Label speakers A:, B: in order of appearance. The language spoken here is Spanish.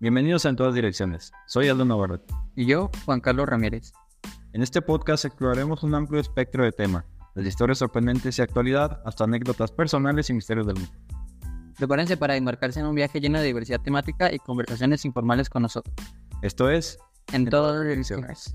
A: Bienvenidos a En Todas Direcciones. Soy Aldo Navarro.
B: Y yo, Juan Carlos Ramírez.
A: En este podcast exploraremos un amplio espectro de temas, desde historias sorprendentes y actualidad hasta anécdotas personales y misterios del mundo.
B: Prepárense para embarcarse en un viaje lleno de diversidad temática y conversaciones informales con nosotros.
A: Esto es
B: En, todas direcciones.